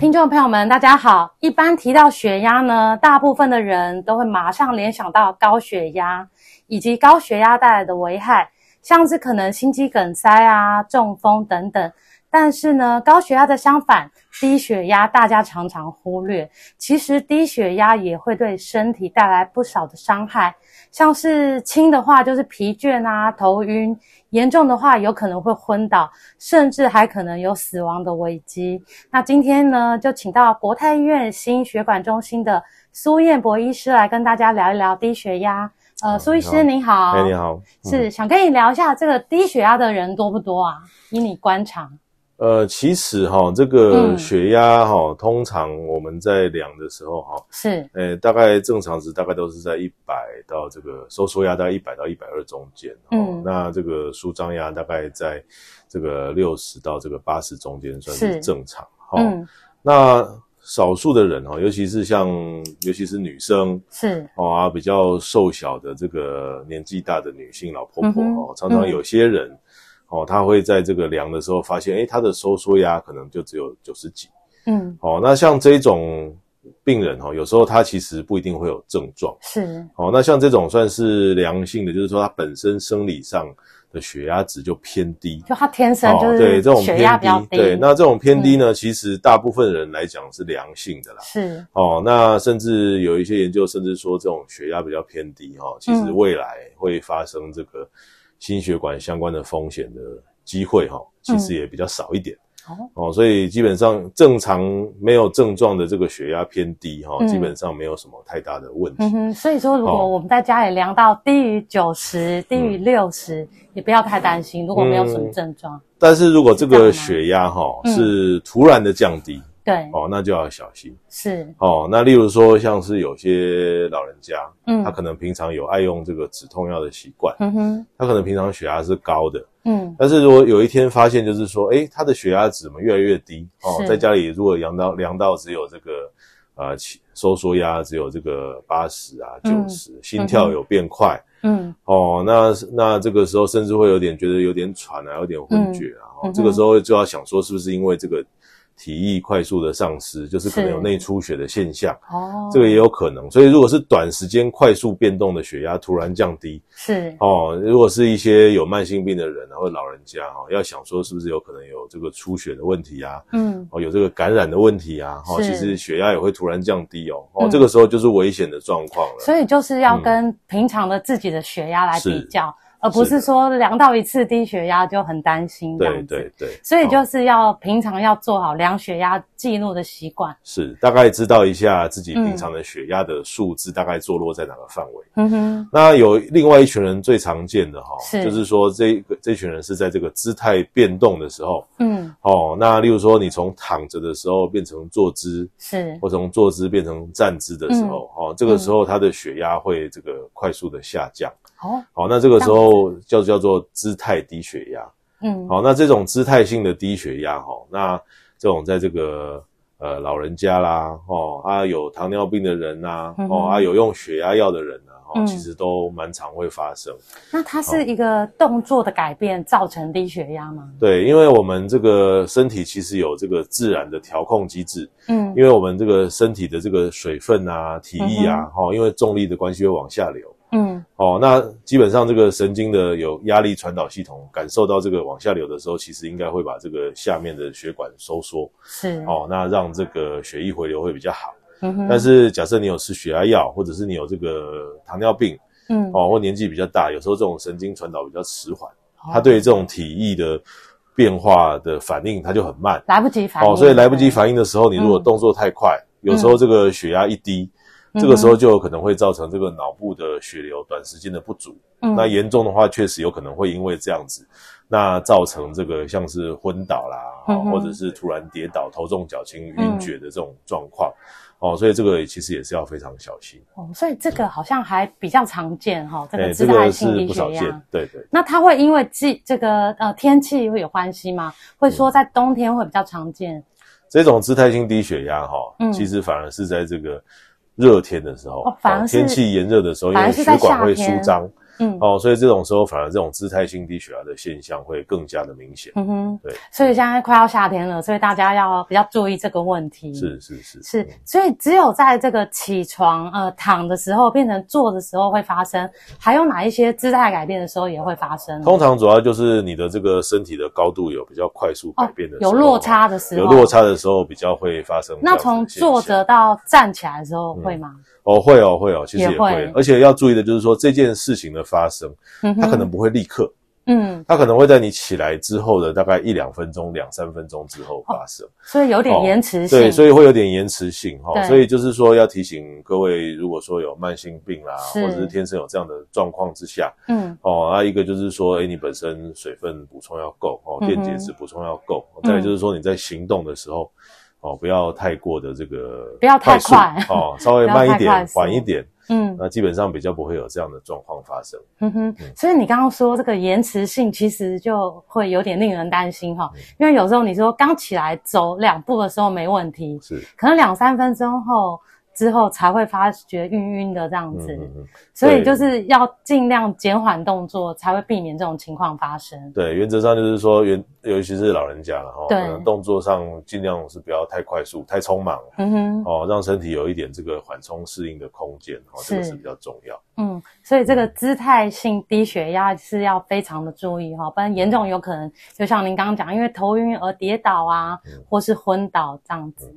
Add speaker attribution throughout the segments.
Speaker 1: 听众朋友们，大家好。一般提到血压呢，大部分的人都会马上联想到高血压以及高血压带来的危害，像是可能心肌梗塞啊、中风等等。但是呢，高血压的相反，低血压大家常常忽略。其实低血压也会对身体带来不少的伤害，像是轻的话就是疲倦啊、头晕，严重的话有可能会昏倒，甚至还可能有死亡的危机。那今天呢，就请到国泰医院心血管中心的苏彦博医师来跟大家聊一聊低血压。呃，苏医师您好，
Speaker 2: 哎，你好，
Speaker 1: 是想跟你聊一下这个低血压的人多不多啊？以你观察。
Speaker 2: 呃，其实哈，这个
Speaker 1: 嗯
Speaker 2: 血压哈，通常我们在量的时候哈，
Speaker 1: 是，
Speaker 2: 呃，大概正常值大概都是在一百到这个收缩压大概一百到一百二中间，
Speaker 1: 嗯
Speaker 2: 哦，那这个舒张压大概在这个六十到这个八十中间算
Speaker 1: 是
Speaker 2: 是正常哈。
Speaker 1: 嗯，
Speaker 2: 那少数的人哈，尤其是像尤其是女生
Speaker 1: 是，
Speaker 2: 哦啊，比较瘦小的这个年纪大的女性老婆婆
Speaker 1: 嗯哼
Speaker 2: 哦，常常有些人哦，她会在这个量的时候发现，诶，她的收缩压可能就只有九十几
Speaker 1: 嗯，
Speaker 2: 哦。那像这种病人哦，有时候她其实不一定会有症状
Speaker 1: 是，
Speaker 2: 哦。那像这种算是良性的，就是说她本身生理上的血压值就偏低。哦
Speaker 1: 就他天生就
Speaker 2: 对
Speaker 1: 是
Speaker 2: 这种
Speaker 1: 血压
Speaker 2: 偏
Speaker 1: 比较低，嗯
Speaker 2: 低，对，那这种偏低呢，其实大部分人来讲是良性的啦。
Speaker 1: 是，
Speaker 2: 哦，那甚至有一些研究，甚至说这种血压比较偏低哈、哦，其实
Speaker 1: 嗯
Speaker 2: 未来会发生这个心血管相关的风险的机会哈、哦，其
Speaker 1: 嗯
Speaker 2: 实也比较少一点、
Speaker 1: 哦，
Speaker 2: 哦。所以基本上正常没有症状的这个血压偏低哈、哦，
Speaker 1: 嗯
Speaker 2: 基本上没有什么太大的问题。
Speaker 1: 嗯哼，所以说如果
Speaker 2: 哦
Speaker 1: 我们在家里量到低于九十、低于六十，也不要太担心，如果没有什么
Speaker 2: 嗯
Speaker 1: 症状，
Speaker 2: 但是如果这
Speaker 1: 是这样吗
Speaker 2: 个血压哈、哦
Speaker 1: 嗯
Speaker 2: 是突然的降低、
Speaker 1: 对，
Speaker 2: 哦，那就要小心
Speaker 1: 是，
Speaker 2: 哦。那例如说像是有些老人家，
Speaker 1: 嗯
Speaker 2: 他，可能平常有爱用这个止痛药的习惯，
Speaker 1: 嗯哼，
Speaker 2: 他可能平常血压是高的。
Speaker 1: 嗯，
Speaker 2: 但是如果有一天发现，就是说，诶，他的血压值嘛越来越低哦
Speaker 1: 是，
Speaker 2: 在家里如果量到量到只有这个呃起收缩压只有这个八十啊
Speaker 1: 嗯
Speaker 2: 九十、心跳有变快、
Speaker 1: 嗯，
Speaker 2: 哦，那那这个时候甚至会有点觉得有点喘啊，有点昏厥啊，
Speaker 1: 嗯嗯哼
Speaker 2: 哦、这个时候就要想说是不是因为这个体液快速的丧失，就是可能
Speaker 1: 是
Speaker 2: 有内出血的现象，
Speaker 1: 哦，
Speaker 2: 这个也有可能。所以如果是短时间快速变动的血压突然降低，
Speaker 1: 是，
Speaker 2: 哦，如果是一些有慢性病的人啊，或者老人家哦，要想说是不是有可能有这个出血的问题啊，
Speaker 1: 嗯，
Speaker 2: 哦，有这个感染的问题啊，哦，
Speaker 1: 是
Speaker 2: 其实血压也会突然降低哦，哦，
Speaker 1: 嗯
Speaker 2: 这个时候就是危险的状况了。
Speaker 1: 所以就是要
Speaker 2: 嗯
Speaker 1: 跟平常的自己的血压来比
Speaker 2: 是
Speaker 1: 较，而不
Speaker 2: 是
Speaker 1: 是
Speaker 2: 的
Speaker 1: 说量到一次低血压就很担心这
Speaker 2: 对
Speaker 1: 样子
Speaker 2: 对。对，
Speaker 1: 所以就
Speaker 2: 哦
Speaker 1: 是要平常要做好量血压记录的习惯。
Speaker 2: 是大概知道一下自己
Speaker 1: 嗯
Speaker 2: 平常的血压的数字大概坐落在哪个范围。
Speaker 1: 嗯哼，
Speaker 2: 那有另外一群人最常见的哈、哦，
Speaker 1: 是
Speaker 2: 就是说这个这群人是在这个姿态变动的时候
Speaker 1: 嗯，
Speaker 2: 哦，那例如说你从躺着的时候变成坐姿，
Speaker 1: 是，
Speaker 2: 或从坐姿变成站姿的时
Speaker 1: 嗯
Speaker 2: 候，哦，这个时候他的血压会这个快速的下降。
Speaker 1: 哦，
Speaker 2: 好、那这个时候叫叫做姿态低血压。哦
Speaker 1: 嗯，
Speaker 2: 好、那这种姿态性的低血压，哈、那这种在这个呃老人家啦，哦啊有糖尿病的人呐、
Speaker 1: 嗯哼
Speaker 2: 哦啊有用血压药的人呐、哦，
Speaker 1: 嗯
Speaker 2: 其实都蛮常会发生。
Speaker 1: 那它是一个动作的改变造成低血压吗？
Speaker 2: 对，因为我们这个身体其实有这个自然的调控机制，
Speaker 1: 嗯
Speaker 2: 因为我们这个身体的这个水分啊、体液
Speaker 1: 嗯
Speaker 2: 啊，哦，因为重力的关系会往下流。
Speaker 1: 嗯，
Speaker 2: 哦，那基本上这个神经的有压力传导系统感受到这个往下流的时候，其实应该会把这个下面的血管收缩
Speaker 1: 是，
Speaker 2: 哦，那让这个血液回流会比较好。
Speaker 1: 嗯哼，
Speaker 2: 但是假设你有吃血压药，或者是你有这个糖尿病
Speaker 1: 嗯，
Speaker 2: 哦，或年纪比较大，有时候这种神经传导比较迟缓，
Speaker 1: 哦
Speaker 2: 它对这种体液的变化的反应它就很慢
Speaker 1: 来不及反应
Speaker 2: 哦，所以来不及
Speaker 1: 对
Speaker 2: 反应的时候，你如果
Speaker 1: 嗯
Speaker 2: 动作太快，有时候这个血压一低。
Speaker 1: 嗯
Speaker 2: 这个时候就有可能会造成这个脑部的血流短时间的不足。
Speaker 1: 嗯
Speaker 2: 那严重的话，确实有可能会因为这样子，那造成这个像是昏倒啦，
Speaker 1: 嗯哼
Speaker 2: 或者是突然跌倒、头重脚轻、
Speaker 1: 嗯
Speaker 2: 晕厥的这种状况。哦，所以这个其实也是要非常小心。
Speaker 1: 哦，所以这个好像还比较常见哈、这个
Speaker 2: 哎这
Speaker 1: 姿态
Speaker 2: 个
Speaker 1: 性
Speaker 2: 是
Speaker 1: 低
Speaker 2: 不
Speaker 1: 血
Speaker 2: 少
Speaker 1: 压。
Speaker 2: 见。对对。
Speaker 1: 那它会因为季这个呃天气会有关系吗？会
Speaker 2: 嗯
Speaker 1: 说在冬天会比较常见。
Speaker 2: 这种姿态性低血压哈，
Speaker 1: 嗯
Speaker 2: 其实反而是在这个热天的时候，
Speaker 1: 哦反而是
Speaker 2: 天气炎热的时候，因
Speaker 1: 反而
Speaker 2: 为
Speaker 1: 是
Speaker 2: 血
Speaker 1: 在
Speaker 2: 管会
Speaker 1: 夏天
Speaker 2: 舒张
Speaker 1: 嗯
Speaker 2: 哦，所以这种时候反而这种姿态性低血压的现象会更加的明显。
Speaker 1: 嗯哼，
Speaker 2: 对，
Speaker 1: 所以现在快要夏天了，所以大家要比较注意这个问题。
Speaker 2: 是是是嗯
Speaker 1: 是，所以只有在这个起床呃躺的时候变成坐的时候会发生，还有哪一些姿态改变的时候也会发生呢？
Speaker 2: 通常主要就是你的这个身体的高度有比较快速改
Speaker 1: 哦
Speaker 2: 变的时候，
Speaker 1: 有落，差的时候，
Speaker 2: 有落。差的时候比较会发生这
Speaker 1: 那
Speaker 2: 样子的现象。
Speaker 1: 从坐着到站起来的时候会吗？
Speaker 2: 哦，会哦会哦，其实
Speaker 1: 也
Speaker 2: 也会，
Speaker 1: 会
Speaker 2: 而且要注意的就是说这件事情的发生，
Speaker 1: 嗯哼，
Speaker 2: 它可能不会立刻，
Speaker 1: 嗯，
Speaker 2: 它可能会在你起来之后的大概一两分钟、两三分钟之后发生。
Speaker 1: 所以有点
Speaker 2: 哦
Speaker 1: 延迟性。
Speaker 2: 对，所以会有点延迟性哈、
Speaker 1: 对
Speaker 2: 所以就是说要提醒各位，如果说有慢性病啦，
Speaker 1: 是
Speaker 2: 或者是天生有这样的状况之下，
Speaker 1: 嗯
Speaker 2: 哦，那一个就是说，哎，你本身水分补充要够哦，
Speaker 1: 嗯哼
Speaker 2: 电解质补充要够，哦
Speaker 1: 嗯
Speaker 2: 再来就是说你在行动的时候，哦，不要太过的这个
Speaker 1: 不要太
Speaker 2: 速
Speaker 1: 快
Speaker 2: 哦，稍微
Speaker 1: 不要太
Speaker 2: 慢一
Speaker 1: 快
Speaker 2: 点，
Speaker 1: 速
Speaker 2: 缓一点，
Speaker 1: 嗯，
Speaker 2: 那基本上比较不会有这样的状况发生。
Speaker 1: 嗯哼，所以你刚刚说这个延迟性，其实就会有点令人担心哈、
Speaker 2: 嗯
Speaker 1: 因为有时候你说刚起来走两步的时候没问题，
Speaker 2: 是，
Speaker 1: 可能两三分钟后之后才会发觉晕晕的这样
Speaker 2: 嗯
Speaker 1: 子，
Speaker 2: 嗯嗯，
Speaker 1: 所以就是要尽量减缓动作，才会避免这种情况发生。
Speaker 2: 对，原则上就是说原，尤其是老人家了哈，
Speaker 1: 对
Speaker 2: 可能动作上尽量是不要太快速、太匆忙。
Speaker 1: 嗯哼，
Speaker 2: 哦，让身体有一点这个缓冲适应的空间，哦，这个
Speaker 1: 是
Speaker 2: 是比较重要。
Speaker 1: 嗯，所以这个姿态性低血压是要非常的注意哈、不然严重有可能就像您刚刚讲，因为头晕而跌倒啊，
Speaker 2: 嗯
Speaker 1: 或是昏倒这样子。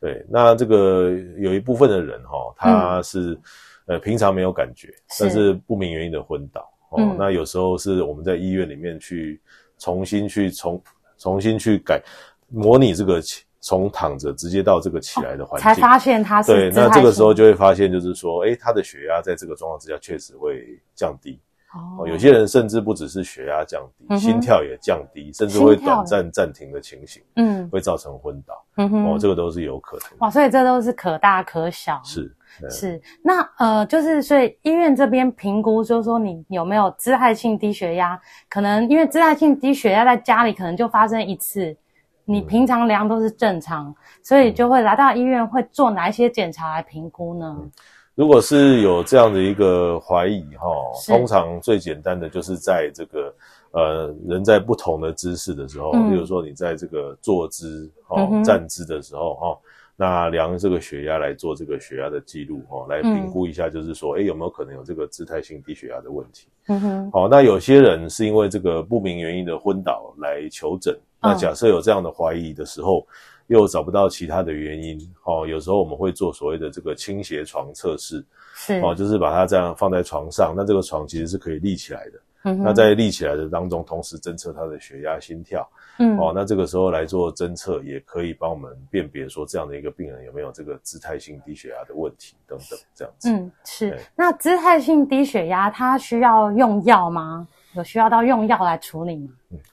Speaker 2: 对，那这个有一部分的人哈、哦，他是、呃平常没有感觉，
Speaker 1: 嗯是
Speaker 2: 但是不明原因的昏倒。哦，
Speaker 1: 嗯
Speaker 2: 那有时候是我们在医院里面去重新去重重新去改模拟这个起从躺着直接到这个起来的环境。
Speaker 1: 哦才发现它是
Speaker 2: 对，
Speaker 1: 姿态
Speaker 2: 那这个时候
Speaker 1: 性
Speaker 2: 就会发现，就是说，哎，他的血压在这个状况之下确实会降低。
Speaker 1: 哦
Speaker 2: 哦，有些人甚至不只是血压降低，
Speaker 1: 嗯哼
Speaker 2: 心跳也降低，甚至
Speaker 1: 心
Speaker 2: 会
Speaker 1: 跳
Speaker 2: 短暂暂停的情形，
Speaker 1: 嗯
Speaker 2: 会造成昏倒。
Speaker 1: 嗯哼，
Speaker 2: 哦，这个都是有可能的。
Speaker 1: 哇，所以这都是可大可小，
Speaker 2: 是，嗯
Speaker 1: 是。那呃，就是所以医院这边评估，就是说你有没有姿态性低血压，可能因为姿态性低血压在家里可能就发生一次。你
Speaker 2: 嗯
Speaker 1: 平常量都是正常，所以就会来到医院，会做哪一些检查来评估呢？
Speaker 2: 如果是有这样的一个怀疑哈，
Speaker 1: 是
Speaker 2: 通常最简单的就是在这个呃人在不同的姿势的时候，
Speaker 1: 嗯
Speaker 2: 比如说你在这个坐姿
Speaker 1: 嗯
Speaker 2: 哦、
Speaker 1: 哼
Speaker 2: 站姿的时候哈、那量这个血压来做这个血压的记录哦，来评估一下，就是说，哎、有没有可能有这个姿态性低血压的问题？
Speaker 1: 嗯哼，
Speaker 2: 好、那有些人是因为这个不明原因的昏倒来求诊。
Speaker 1: 嗯
Speaker 2: 那假设有这样的怀疑的时候，又找不到其他的原因，哦，有时候我们会做所谓的这个倾斜床测试，
Speaker 1: 是
Speaker 2: 哦，就是把它这样放在床上，那这个床其实是可以立起来的。
Speaker 1: 嗯哼
Speaker 2: 那在立起来的当中，同时侦测它的血压、心跳，
Speaker 1: 嗯
Speaker 2: 哦，那这个时候来做侦测，也可以帮我们辨别说这样的一个病人有没有这个姿态性低血压的问题等等，这样子。
Speaker 1: 嗯是
Speaker 2: 对。
Speaker 1: 那姿态性低血压它需要用药吗？有需要到用药来处理吗？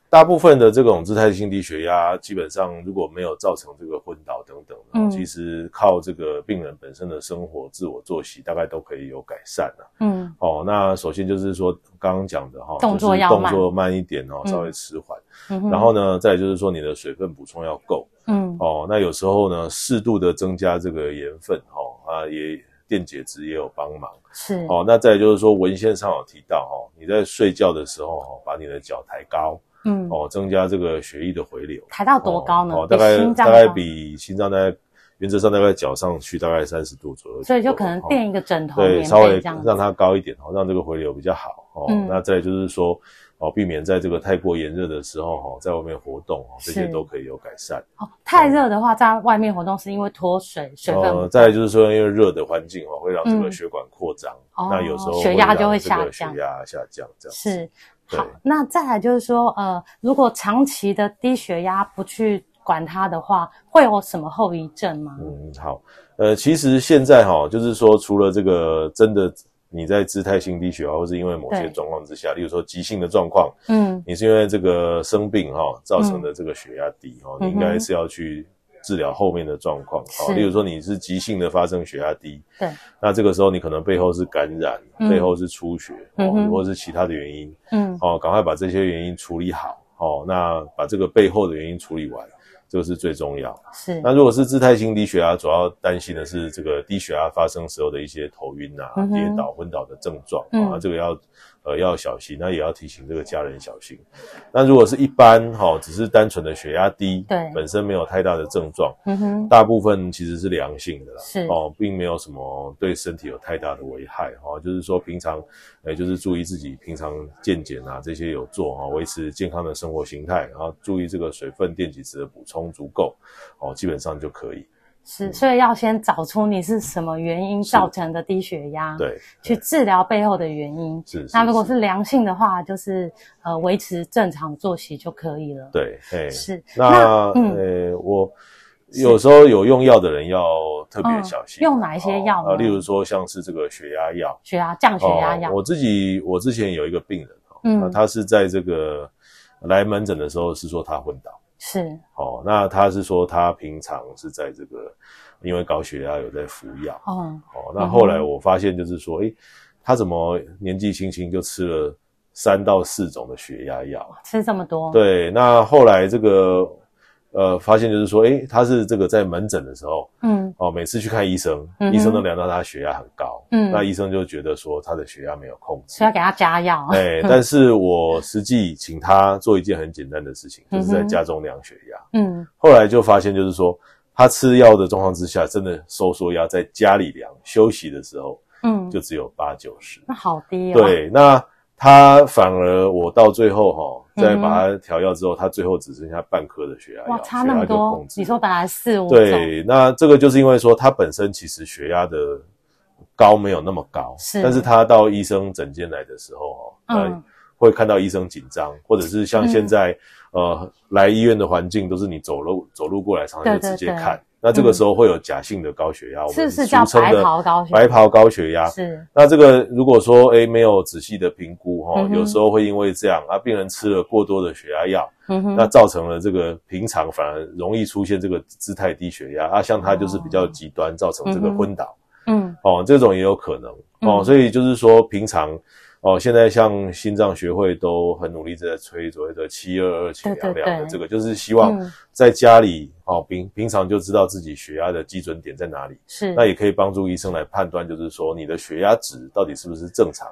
Speaker 2: 大部分的这种姿态性低血压，基本上如果没有造成这个昏倒等等，
Speaker 1: 嗯
Speaker 2: 其实靠这个病人本身的生活、自我作息，大概都可以有改善了、
Speaker 1: 嗯
Speaker 2: 哦，那首先就是说刚刚讲的哈、
Speaker 1: 动作
Speaker 2: 就是
Speaker 1: 要慢
Speaker 2: 动作慢一点哦，
Speaker 1: 嗯
Speaker 2: 稍微迟缓。
Speaker 1: 嗯哼，
Speaker 2: 然后呢，再来就是说你的水分补充要够
Speaker 1: 嗯
Speaker 2: 哦。那有时候呢，适度的增加这个盐分哦，啊也电解质也有帮忙
Speaker 1: 是
Speaker 2: 哦。那再来就是说文献上有提到哦，你在睡觉的时候哦，把你的脚抬高
Speaker 1: 嗯，
Speaker 2: 哦，增加这个血液的回流。
Speaker 1: 抬到多高呢？
Speaker 2: 哦，
Speaker 1: 比
Speaker 2: 大概
Speaker 1: 心脏
Speaker 2: 大概
Speaker 1: 高，
Speaker 2: 比心脏大概原则上大概脚上去大概三十度左右，
Speaker 1: 所以就可能
Speaker 2: 哦
Speaker 1: 垫一个枕头，
Speaker 2: 对，
Speaker 1: 棉
Speaker 2: 稍微
Speaker 1: 被这样
Speaker 2: 让
Speaker 1: 子。
Speaker 2: 它高一点哦，让这个回流比较好哦。
Speaker 1: 嗯
Speaker 2: 那再来就是说哦，避免在这个太过炎热的时候哦，在外面活动哦，这些
Speaker 1: 是
Speaker 2: 都可以有改善。
Speaker 1: 哦，太热的话，在外面活动是因为脱水，水分不
Speaker 2: 呃，再来就是说，因为热的环境哦，会让这个血管扩张，
Speaker 1: 嗯
Speaker 2: 那有时候
Speaker 1: 哦血压
Speaker 2: 让
Speaker 1: 就会
Speaker 2: 这个
Speaker 1: 下降
Speaker 2: 血压下降这样子。
Speaker 1: 是
Speaker 2: 对
Speaker 1: 好。那再来就是说，呃，如果长期的低血压不去管它的话，会有什么后遗症吗？
Speaker 2: 嗯，好，呃，其实现在哈、就是说除了这个真的你在姿态性低血压，或是因为某些
Speaker 1: 对
Speaker 2: 状况之下，例如说急性的状况，
Speaker 1: 嗯，
Speaker 2: 你是因为这个生病哈、造成的这个血压低哈、
Speaker 1: 嗯
Speaker 2: 你应该是要去治疗后面的状况
Speaker 1: 是
Speaker 2: 哈。例如说你是急性的发生血压低，
Speaker 1: 对，
Speaker 2: 那这个时候你可能背后是感染，
Speaker 1: 嗯
Speaker 2: 背后是出血，
Speaker 1: 嗯哼
Speaker 2: 哦，或者是其他的原因，
Speaker 1: 嗯，
Speaker 2: 哦，赶快把这些原因处理好，哦，那把这个背后的原因处理完，这个是最重要。
Speaker 1: 是，
Speaker 2: 那如果是姿态性低血压，主要担心的是这个低血压发生时候的一些头晕啊、
Speaker 1: 嗯哼
Speaker 2: 跌倒、昏倒的症状
Speaker 1: 嗯
Speaker 2: 啊，这个要呃要小心，那也要提醒这个家人小心。那如果是一般哈、只是单纯的血压低，
Speaker 1: 对
Speaker 2: 本身没有太大的症状，
Speaker 1: 嗯哼，
Speaker 2: 大部分其实是良性的啦，
Speaker 1: 是
Speaker 2: 哦，并没有什么对身体有太大的危害哦，就是说平常，呃，就是注意自己平常健检啊这些有做啊、哦，维持健康的生活形态，然后注意这个水分、电解质的补充足够哦，基本上就可以。
Speaker 1: 是，所以要先找出你是什么原因
Speaker 2: 是
Speaker 1: 造成的低血压，，
Speaker 2: 对，
Speaker 1: 去治疗背后的原因。
Speaker 2: 是。是
Speaker 1: 那如果是良性的话，就是呃维持正常作息就可以了。，
Speaker 2: 对，哎，
Speaker 1: 是。
Speaker 2: 那呃，我有时候有用药的人要特别
Speaker 1: 嗯
Speaker 2: 小心，
Speaker 1: 用哪一些药
Speaker 2: 哦啊
Speaker 1: 呢
Speaker 2: 例如说像是这个血压药。
Speaker 1: 血压降血压药
Speaker 2: 哦。，我自己我之前有一个病人，哦
Speaker 1: 嗯
Speaker 2: 那他是在这个来门诊的时候是说他昏倒，
Speaker 1: 是
Speaker 2: 哦，那他是说他平常是在这个因为高血压有在服药，
Speaker 1: 哦，
Speaker 2: 哦，那后来我发现就是说，诶，他怎么年纪轻轻就吃了三到四种的血压药？
Speaker 1: 吃这么多，，
Speaker 2: 对，那后来这个呃发现就是说，诶，他是这个在门诊的时候。
Speaker 1: 嗯
Speaker 2: 哦，每次去看医生，
Speaker 1: 嗯哼
Speaker 2: 医生都量到他血压很高，
Speaker 1: 嗯啊
Speaker 2: 那医生就觉得说他的血压没有控制，
Speaker 1: 所以要给他加药。
Speaker 2: 哎，但是我实际请他做一件很简单的 事情，就是在
Speaker 1: 嗯哼
Speaker 2: 家中量血压。
Speaker 1: 嗯，
Speaker 2: 后来就发现，就是说他吃药的状况之下，真的收缩压在家里量，休息的时候
Speaker 1: 嗯，
Speaker 2: 就只有八九十。
Speaker 1: 那好低哦。，
Speaker 2: 对，那他反而我到最后哈、
Speaker 1: 嗯哼
Speaker 2: 再把他调药之后，他最后只剩下半颗的血压
Speaker 1: 哇，
Speaker 2: 药，
Speaker 1: 差
Speaker 2: 血
Speaker 1: 那
Speaker 2: 压
Speaker 1: 么
Speaker 2: 就
Speaker 1: 多
Speaker 2: 控。制。
Speaker 1: 你说本来四五种，
Speaker 2: 对，那这个就是因为说他本身其实血压的高没有那么高，
Speaker 1: 是
Speaker 2: 但是他到医生诊间来的时候哦，
Speaker 1: 嗯
Speaker 2: 呃会看到医生紧张，或者是像现在、呃来医院的环境都是你走路走路过来，常常就
Speaker 1: 对对
Speaker 2: 直接
Speaker 1: 对
Speaker 2: 看，那这个时候会有假性的高血压，我
Speaker 1: 是不
Speaker 2: 们
Speaker 1: 是
Speaker 2: 俗
Speaker 1: 叫
Speaker 2: 称
Speaker 1: 白
Speaker 2: 的
Speaker 1: 袍高血压？
Speaker 2: 白袍高血压。
Speaker 1: 是，
Speaker 2: 那这个如果说诶没有仔细的评估哈、哦
Speaker 1: 嗯哼
Speaker 2: 有时候会因为这样啊，病人吃了过多的血压药，
Speaker 1: 嗯哼，
Speaker 2: 那造成了这个平常反而容易出现这个姿态低血压啊，像他就是比
Speaker 1: 哦
Speaker 2: 较极端，造成这个昏倒
Speaker 1: 嗯
Speaker 2: 哦，这种也有可能哦，
Speaker 1: 嗯
Speaker 2: 所以就是说平常哦，现在像心脏学会都很努力在催所谓的七二二血压
Speaker 1: 对对
Speaker 2: 量的
Speaker 1: 对
Speaker 2: 这个，就是希望
Speaker 1: 嗯
Speaker 2: 在家里哦平平常就知道自己血压的基准点在哪里，
Speaker 1: 是。
Speaker 2: 那也可以帮助医生来判断，就是说你的血压值到底是不是正常。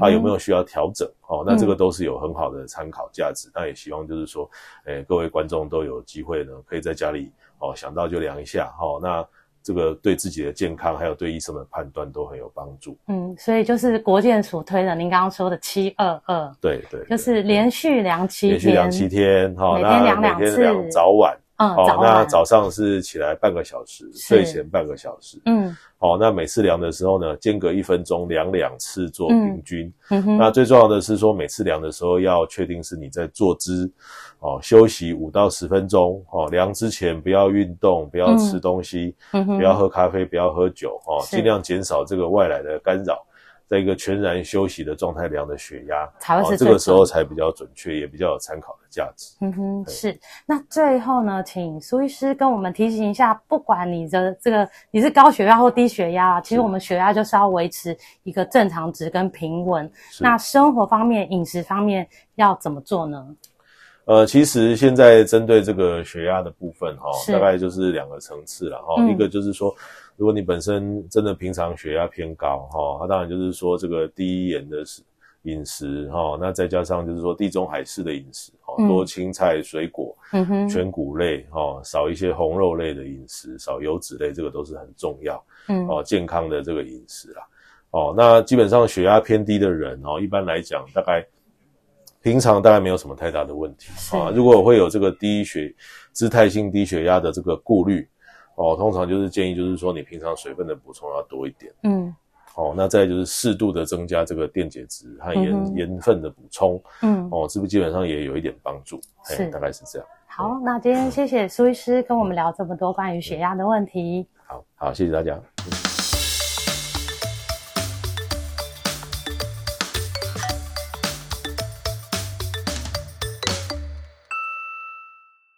Speaker 2: 啊，有没
Speaker 1: 有？
Speaker 2: 有需要调整？哦，那这
Speaker 1: 嗯
Speaker 2: 个都是有很好的参考价值。那也希望就是说，诶、各位观众都有机会呢，可以在家里哦想到就量一下哦，那这个对自己的健康还有对医生的判断都很有帮助。
Speaker 1: 嗯，所以就是国健署推的，您刚刚说的七二二，
Speaker 2: 对对，
Speaker 1: 就是连续量七天，
Speaker 2: 连续量七，天哈，哦
Speaker 1: 每天
Speaker 2: 那
Speaker 1: 量
Speaker 2: 每
Speaker 1: 两
Speaker 2: 天
Speaker 1: 次
Speaker 2: 量早晚
Speaker 1: 嗯，
Speaker 2: 哦，
Speaker 1: 早
Speaker 2: 那
Speaker 1: 晚，
Speaker 2: 早上是起来半个小时，
Speaker 1: 是
Speaker 2: 睡前半个小时。
Speaker 1: 嗯
Speaker 2: 哦，那每次量的时候呢，间隔一分钟量两次做平均。
Speaker 1: 嗯哼，
Speaker 2: 那最哦重要的是说，每次量的时候要确定是你在坐姿，哦，休息五到十分钟，哦，量之前不要运动，不要吃东西，
Speaker 1: 嗯哼，
Speaker 2: 不要喝咖啡，不要喝酒，哦，
Speaker 1: 是
Speaker 2: 尽量减少这个外来的干扰，在一个全然休息的状态量的血压，
Speaker 1: 才会是
Speaker 2: 哦、这
Speaker 1: 最
Speaker 2: 个时候
Speaker 1: 准
Speaker 2: 才比较准确，也比较有参考的价值。
Speaker 1: 嗯哼，
Speaker 2: 对
Speaker 1: 是。那最后呢，请苏医师跟我们提醒一下，不管你的这个你是高血压或低血压啊，其实
Speaker 2: 是
Speaker 1: 我们血压就是要维持一个正常值跟平稳。
Speaker 2: 是
Speaker 1: 那生活方面、饮食方面要怎么做呢？
Speaker 2: 呃，其实现在针对这个血压的部分哈、
Speaker 1: 是
Speaker 2: 大概就是两个层次了哈、
Speaker 1: 嗯
Speaker 2: 一个就是说，如果你本身真的平常血压偏高哈、那当然就是说这个低盐的食饮食哈、那再加上就是说地中海式的饮食哈、
Speaker 1: 嗯
Speaker 2: 多青菜、水果、
Speaker 1: 嗯哼，
Speaker 2: 全谷类哈、少一些红肉类的饮食，少油脂类，这个都是很重要。
Speaker 1: 嗯，
Speaker 2: 哦，健康的这个饮食啦。哦，那基本上血压偏低的人哦，一般来讲，大概平常大概没有什么太大的问题
Speaker 1: 是
Speaker 2: 啊。如果会有这个低血姿态性低血压的这个顾虑，哦，通常就是建议就是说你平常水分的补充要多一点。
Speaker 1: 嗯
Speaker 2: 哦，那再就是适度的增加这个电解质和盐、
Speaker 1: 嗯哼
Speaker 2: 盐分的补充，哦
Speaker 1: 嗯，
Speaker 2: 哦，是不是基本上也有一点帮助？哎
Speaker 1: 是
Speaker 2: 大概是这样。
Speaker 1: 好，那今天谢谢苏医师跟我们聊这么多关于血压的问题。
Speaker 2: 好好，谢谢大家。